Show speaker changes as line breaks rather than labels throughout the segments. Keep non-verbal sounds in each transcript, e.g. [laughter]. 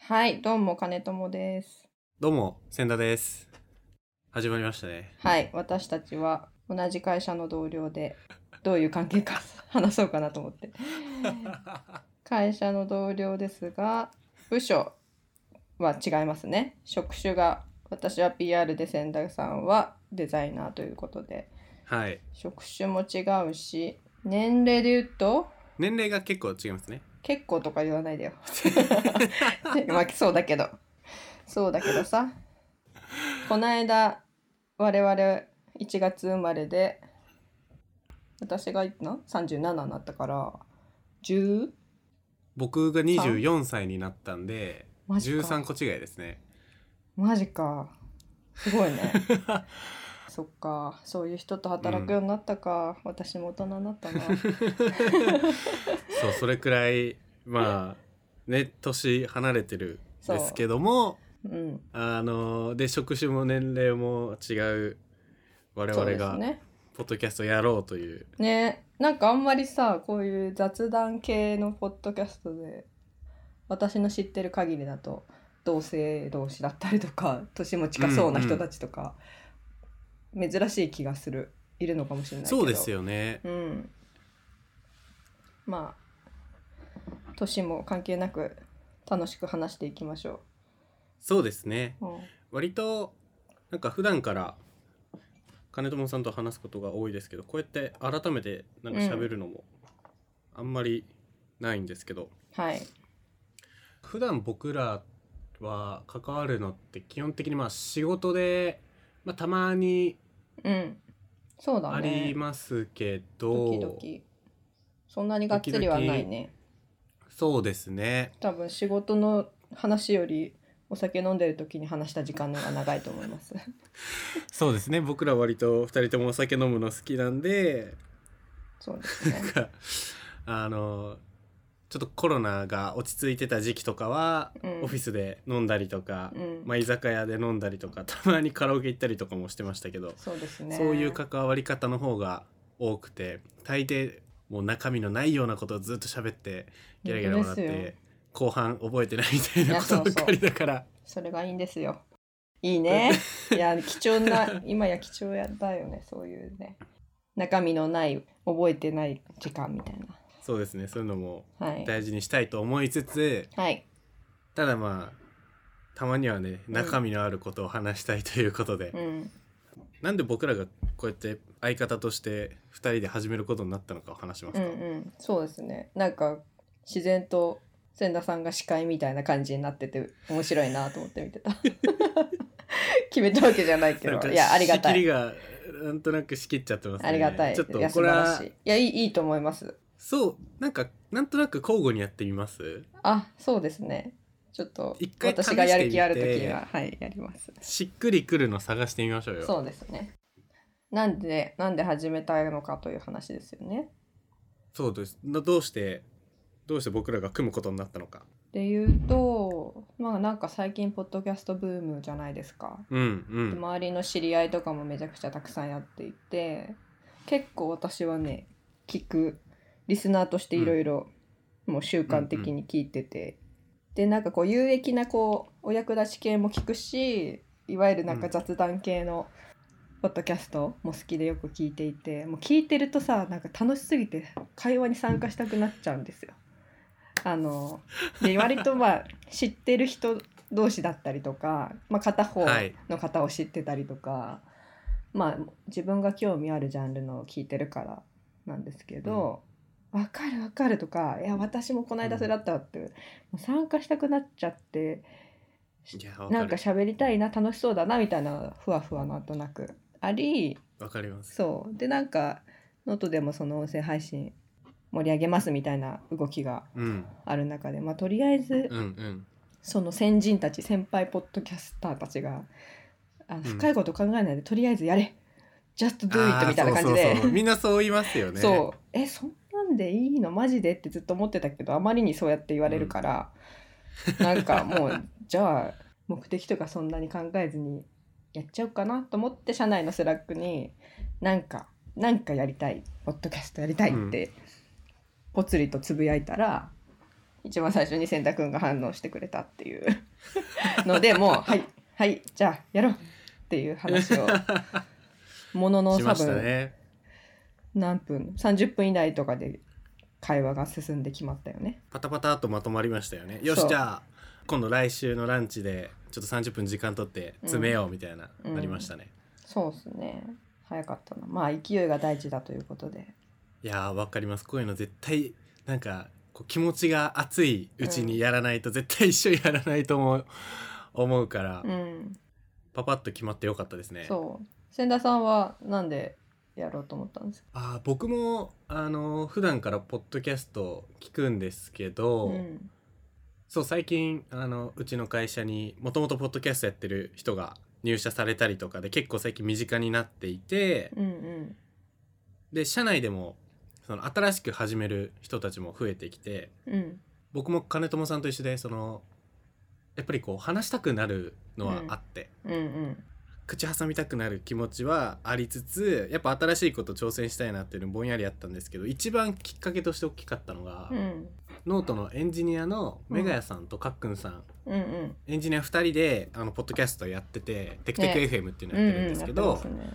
はい、どうも金友です。
どうも、千田です。始まりましたね。
はい、私たちは同じ会社の同僚で、どういう関係か話そうかなと思って。会社の同僚ですが、部署は違いますね。職種が、私は PR で千田さんはデザイナーということで、
はい、
職種も違うし、年齢で言うと、
年齢が結構違いますね。
結構とか言わないでよ。 [laughs] まあそうだけど。そうだけどさ。この間、我々1月生まれで、私がな37になったから、10?
僕が24歳になったんで、13個違いですね。
マジか。すごいね。 [laughs] そっかそういう人と働くようになったか、うん、私も大人になったな
そうそれくらいまあね年離れてるですけども
う、うん、
あので職種も年齢も違う [laughs] 我々がポッドキャストやろうという
ねねなんかあんまりさこういう雑談系のポッドキャストで私の知ってる限りだと同性同士だったりとか年も近そうな人たちとか。うんうん珍しい気がするいるのかもしれない
そうですよね、
うん、まあ年も関係なく楽しく話していきましょう
そうですね、うん、割となんか普段から金友さんと話すことが多いですけどこうやって改めてなんか喋るのもあんまりないんですけど、
うん、はい
普段僕らは関わるのって基本的にまあ仕事でまあ、たまにありますけど、
うんそ,ね、そんなにがっつりはないね
そうですね
多分仕事の話よりお酒飲んでる時に話した時間の方が長いと思います
[laughs] そうですね僕ら割と2人ともお酒飲むの好きなんで
そうですね
あのちょっとコロナが落ち着いてた時期とかは、うん、オフィスで飲んだりとか、うん、まあ、居酒屋で飲んだりとかたまにカラオケ行ったりとかもしてましたけど
そうです、ね、
そういう関わり方の方が多くて大抵もう中身のないようなことをずっと喋ってギャラギャラもらって後半覚えてないみたいなことばっかりだから
それがいいんですよいい
[laughs]
ねいや貴重な今や貴重やだよねそういうね中身のない覚えてない時間みたいな。
そうですねそういうのも大事にしたいと思いつつ、
はい、
ただまあたまにはね中身のあることを話したいということで、
うん、
なんで僕らがこうやって相方として2人で始めることになったのかを話しますか、
うんうん、そうですねなんか自然と千田さんが司会みたいな感じになってて面白いなと思って見てた [laughs] 決めたわけじゃないけどいやありがたい
なんとなく仕切っちゃってます、ね、
ありがたい
ちょっとこれ
いやいいいいと思います
そうなんかなんとなく交互にやってみます
あそうですねちょっと一回私がやる気ある時ははいやります
しっくりくるの探してみましょうよ
そうですねなんでなんで始めたのかという話ですよね
そうですどうしてどうして僕らが組むことになったのか
っていうとまあなんか最近ポッドキャストブームじゃないですか、
うんうん、
周りの知り合いとかもめちゃくちゃたくさんやっていて結構私はね聞くリスナーとしていろいろもう習慣的に聞いてて、うんうん、でなんかこう有益なこうお役立ち系も聞くしいわゆるなんか雑談系のポッドキャストも好きでよく聞いていてもう聞いてるとさなんか楽しすぎて会話に参加したくなっちゃうんですよ。あので割とまあ知ってる人同士だったりとか、まあ、片方の方を知ってたりとか、はい、まあ自分が興味あるジャンルのを聞いてるからなんですけど。うん分かる分かるとかいや私もこの間それだったって、うん、もう参加したくなっちゃってなんか喋りたいな楽しそうだなみたいなふわふわなんとなくあり
わかります
そうでなんかノートでもその音声配信盛り上げますみたいな動きがある中で、うん、まあとりあえず、
うんうん、
その先人たち先輩ポッドキャスターたちがあ深いこと考えないで、うん、とりあえずやれジャストドゥイットみたいな感じで
みんなそう言いますよね
そうえそんなんでいいのマジでってずっと思ってたけどあまりにそうやって言われるから、うん、なんかもうじゃあ目的とかそんなに考えずにやっちゃおうかなと思って社内のスラックになんかなんかやりたいポッドキャストやりたいってぽつりとつぶやいたら、一番最初に千田君が反応してくれたっていうので
[laughs]
もうはいはいじゃあやろうっていう話をものの
し
多
ました
分
ね
何分30分以内とかで会話が進んで決まったよね。
パタパタっとまとまりましたよねよ
そ
し
う
じゃあ今度来週のランチでちょっと30分時間取って詰めようみたいな、
うん
なりましたね
そうですね早かったなまあ勢いが大事だということで
いやーわかりますこういうの絶対なんかこう気持ちが熱いうちにやらないと、絶対一緒にやらないと思う思うから、
うん
パパッと決まってよかったですね
そう千田さんはなんでやろうと思ったんですか
あー僕もあのー普段からポッドキャスト聞くんですけど、
うん
そう最近あのうちの会社にもともとポッドキャストやってる人が入社されたりとかで結構最近身近になっていて、
うんうん
で社内でもその新しく始める人たちも増えてきて
うん
僕も金友さんと一緒でそのやっぱりこう話したくなるのはあって、
うんうん
口挟みたくなる気持ちはありつつやっぱ新しいこと挑戦したいなっていうのぼんやりあったんですけど一番きっかけとして大きかったのが、
うん
ノートのエンジニアのメガヤさんとカックンさん、
うんうん
エンジニア2人であのポッドキャストやってて「テクテク
ね
FM」っていうの
う
や
ん
ってるんですけど、
やってますね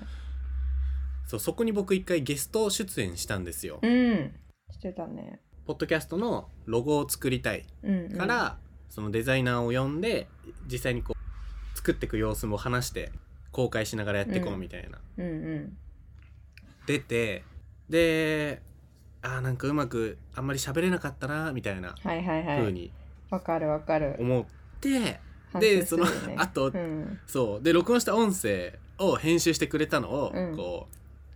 そうそこに僕一回ゲスト出演したんですよ。
うんしてたね
ポッドキャストのロゴを作りたい
うんうん
から、そのデザイナーを呼んで実際にこう作っていく様子も話して公開しながらやっていこうみたいな、
うんうん
出てであーなんかうまくあんまり喋れなかったなみたいな
はいはいは
風
い
に
わかるわかる
思って、
反省
ですそ
る
の
よね
後、
うん
そうで録音した音声を編集してくれたのを
うん
こう、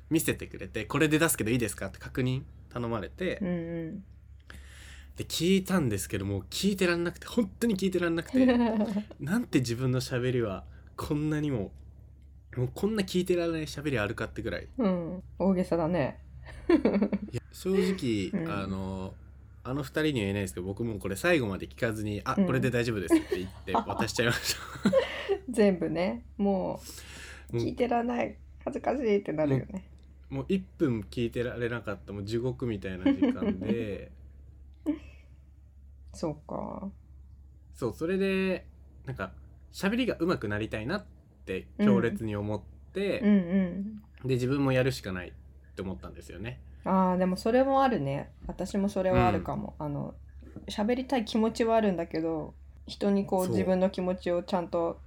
見せてくれてこれで出すけどいいですかって確認頼まれて、
うんうん [laughs]
で聞いたんですけどもう聞いてらんなくて本当に聞いてらんな
[laughs]
くてなんて自分の喋りはこんなにももうこんな聞いてられない喋りあるかってぐらい
うん大げさだね
いや正直、
うん
あのあの2人には言えないですけど僕もうこれ最後まで聞かずに「あ
うん
これで大丈夫です」って
[laughs]
言って渡しちゃいました
全部ねもう
も
聞いてらない恥ずかしいってなるよね
うもう1分聞いてられなかったもう地獄みたいな時間
[laughs]
で
そうか
そうそれでなんか喋りが上手くなりたいなって強烈に思って、
うんうん
で自分もやるしかないって思ったんですよね。
あーでもそれもあるね私もそれはあるかも、あの喋りたい気持ちはあるんだけど人にこう
そう
自分の気持ちをちゃんと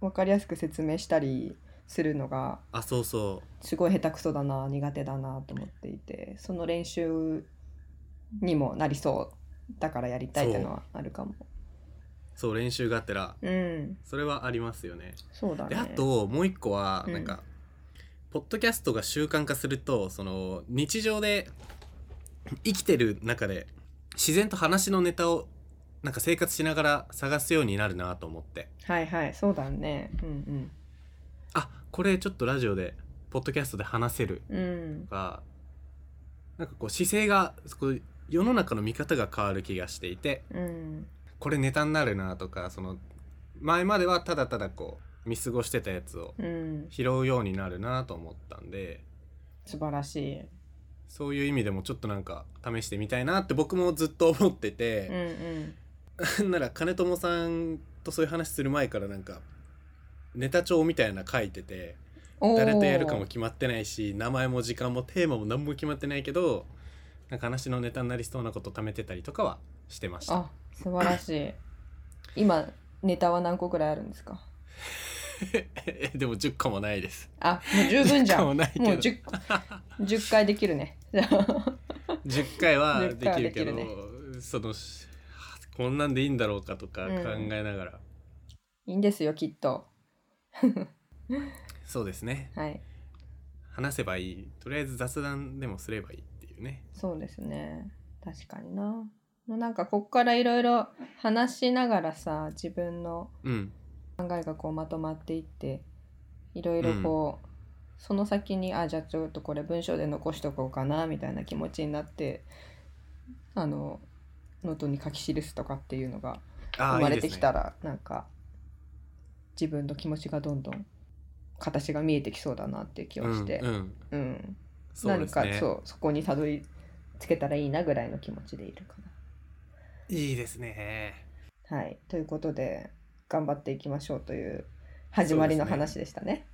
分かりやすく説明したりするのが
あそうそう
すごい下手くそだな苦手だなと思っていてその練習にもなりそうだからやりたいっていうのはあるかも
そう練習があったら
うん
それはありますよね。
そうだ
で
ね
あともう一個は
うん
なんか、ポッドキャストが習慣化するとその日常で生きてる中で自然と話のネタをなんか生活しながら探すようになるなと思って
はいはいそうだねうん
あこれちょっとラジオでポッドキャストで話せる
うんうん
とかなんかこう姿勢がこう世の中の見方が変わる気がしていて
うん
これネタになるなとかその前まではただただこう見過ごしてたやつを
うん
拾うようになるなと思ったんで
素晴らし
そういう意味でもちょっとなんか試してみたいなって僕もずっと思って
いうん
て、
うん
なんなら金友さんとそういう話する前からなんかネタ帳みたいなの書いてて
おー
誰とやるかも決まってないし名前も時間もテーマも何も決まってないけどなんか話のネタになりそうなこと貯めてたりとかはしてました
あ素晴らしい今ネタは何個ぐらいあるんですか
[laughs] でも10個もないです
あもう十分じゃん
10個も
もう
ないけど
10, 10回できるね [laughs] じゃあ
10回はで
10回は
きるけど
でき
そのしこんなんでいいんだろうかとか考
うん
えながら、
いいんですよきっと
そうですね
はい
話せばいいとりあえず雑談でもすればいいっていうね
そうですね確かになもうなんかこっからいろいろ話しながらさ自分の
うん
考えがこうまとまっていっていろいろこう、その先にあじゃあちょっとこれ文章で残しとこうかなみたいな気持ちになってあのノートに書き記すとかっていうのが生
ああ
ま
いい
れ
で
て
す
き
ね
たら、なんか自分の気持ちがどんどん形が見えてきそうだなっていう気はして、
うん、うん、
うん
そう
何
です
か
ね
そうそこにたどり着けたらいいなぐらいの気持ちでいるか
いいですね。
はい、ということで頑張っていきましょうという始まりの話でしたね。